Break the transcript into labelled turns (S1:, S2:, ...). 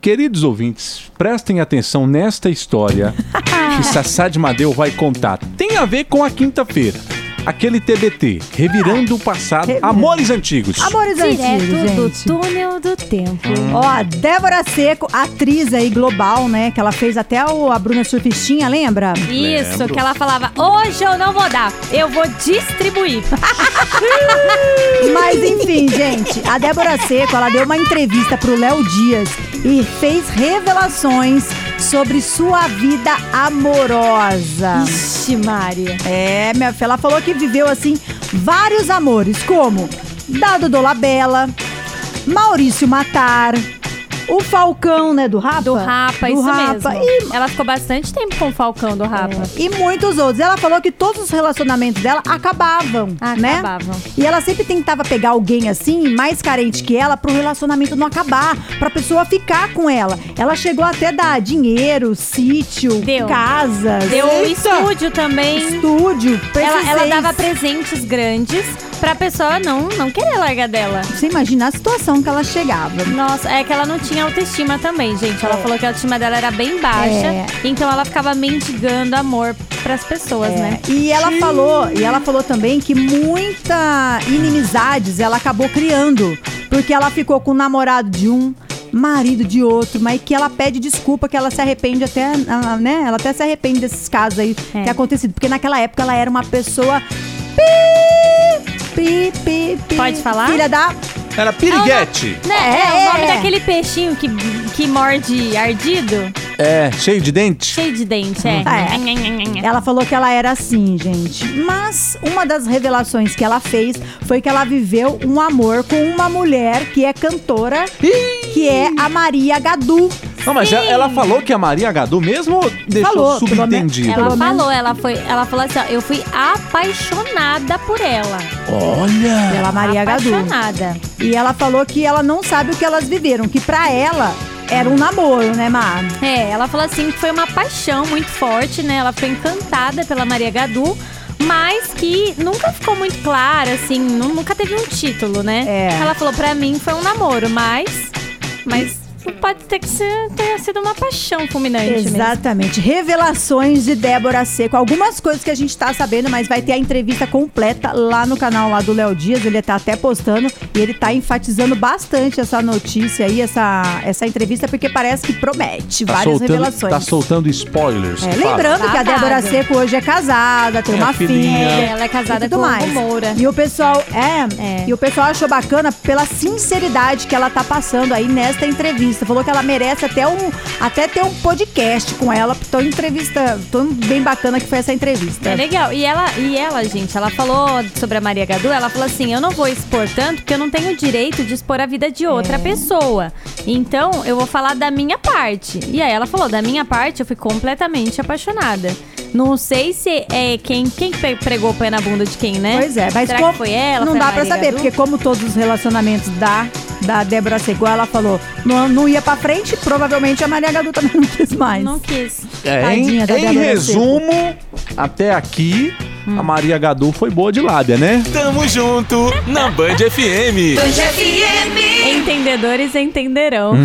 S1: Queridos ouvintes, prestem atenção nesta história que Sassá de Madeu vai contar. Tem a ver com a quinta-feira. Aquele TBT, Revirando o Passado, Amores Antigos.
S2: Amores
S3: Direto do
S2: antigos, gente.
S3: túnel do tempo.
S2: Ó, a Débora Seco, atriz aí global, né? Que ela fez até o, a Bruna Surfistinha, lembra?
S3: Isso,
S1: Lembro.
S3: que ela falava, hoje eu não vou dar, eu vou distribuir.
S2: Mas enfim, gente, a Débora Seco, ela deu uma entrevista pro Léo Dias e fez revelações sobre sua vida amorosa.
S3: Ixi, Maria.
S2: É, minha filha, ela falou que viveu assim vários amores, como Dado Dolabella, Maurício Matar, o Falcão, né, do Rapa?
S3: Do Rapa, É.
S2: do
S3: isso
S2: Rapa,
S3: mesmo. Ela ficou bastante tempo com o Falcão do Rapa.
S2: E muitos outros. Ela falou que todos os relacionamentos dela acabavam, né?
S3: Acabavam.
S2: E ela sempre tentava pegar alguém assim, mais carente que ela, pro relacionamento não acabar, pra pessoa ficar com ela. Ela chegou até a dar dinheiro, sítio,
S3: Deu.
S2: casas,
S3: Deu um
S1: Eita!
S3: estúdio também.
S2: estúdio,
S3: Ela, ela
S2: precisei.
S3: dava presentes grandes pra pessoa não, não querer largar dela.
S2: Você imagina a situação que ela chegava.
S3: Nossa, é que ela não tinha autoestima também, gente. Ela falou que a autoestima dela era bem baixa.
S2: É.
S3: Então ela ficava mendigando amor pras pessoas, né?
S2: É. E ela falou, e ela falou também que muita inimizades ela acabou criando, porque ela ficou com o namorado de um, marido de outro, mas que ela pede desculpa, que ela se arrepende até, ah, né? Ela até se arrepende desses casos aí
S3: É.
S2: que acontecido, porque naquela época ela era uma pessoa pi, pi, pi, pi,
S3: Pode falar?
S2: Filha da
S1: Era piriguete.
S3: Né?
S2: É,
S3: É, o nome
S2: é.
S3: daquele peixinho que, que morde ardido,
S1: É, cheio de dente.
S3: cheio de dente, é.
S2: É. Ela falou que ela era assim, gente. Mas uma das revelações que ela fez foi que ela viveu um amor com uma mulher que é cantora, que é a Maria Gadu.
S1: Não, mas
S3: Sim.
S1: ela, ela falou que a Maria Gadu mesmo ou deixou
S2: Falou, pelo
S1: subentendido?
S2: menos-
S3: Ela
S2: Pelo menos-
S3: falou, ela foi, ela falou assim, ó, eu fui apaixonada por ela.
S1: Olha! Tá
S2: Pela é Maria Gadu.
S3: apaixonada.
S2: E ela falou que ela não sabe o que elas viveram, que pra ela era um namoro, né, Mar?
S3: É, ela falou assim que foi uma paixão muito forte, né? Ela foi encantada pela Maria Gadu, mas que nunca ficou muito clara, assim, nu- nunca teve um título, né?
S2: É.
S3: Ela falou, pra mim foi um namoro, mas. Mas pode ter que ser, tenha sido uma paixão fulminante mesmo.
S2: Exatamente. Revelações de Débora Seco. Algumas coisas que a gente tá sabendo, mas vai ter a entrevista completa lá no canal lá do Léo Dias. Ele tá até postando e ele tá enfatizando bastante essa notícia aí, essa, essa entrevista, porque parece que promete
S1: Tá
S2: várias
S1: soltando,
S2: revelações.
S1: tá soltando spoilers.
S2: É,
S1: que fala.
S2: lembrando que a
S3: Babado.
S2: Débora Seco hoje é casada, tem
S1: Tem
S2: uma
S1: a filhinha.
S2: filha.
S3: É, ela é casada
S2: e tudo
S3: com
S2: mais.
S3: o Moura.
S2: E o pessoal é,
S3: É.
S2: e o pessoal achou bacana pela sinceridade que ela tá passando aí nesta entrevista. Falou que ela merece até um até ter um podcast com ela, tão entrevista, tão bem bacana que foi essa entrevista.
S3: É legal. E ela, e ela, gente, ela falou sobre a Maria Gadu, ela falou assim: eu não vou expor tanto, porque eu não tenho o direito de expor a vida de
S2: É.
S3: outra pessoa. Então, eu vou falar da minha parte. E aí ela falou: da minha parte, eu fui completamente apaixonada. Não sei se é quem, quem pe- pregou o pé na bunda de quem, né?
S2: Pois é, mas
S3: Será
S2: como-
S3: que foi ela?
S2: não
S3: Foi a
S2: dá pra
S3: Maria
S2: saber,
S3: Gadu?
S2: porque como todos os relacionamentos da da Débora Seco, ela falou, não, não ia pra frente, provavelmente a Maria Gadu também não quis mais.
S3: Não quis.
S1: É, em
S2: Tadinha da
S1: em
S2: Débora Hum.
S1: resumo, até aqui, a Maria Gadu foi boa de lábia, né?
S4: Tamo junto na Band FM.
S2: Uhum.
S3: Entendedores entenderão.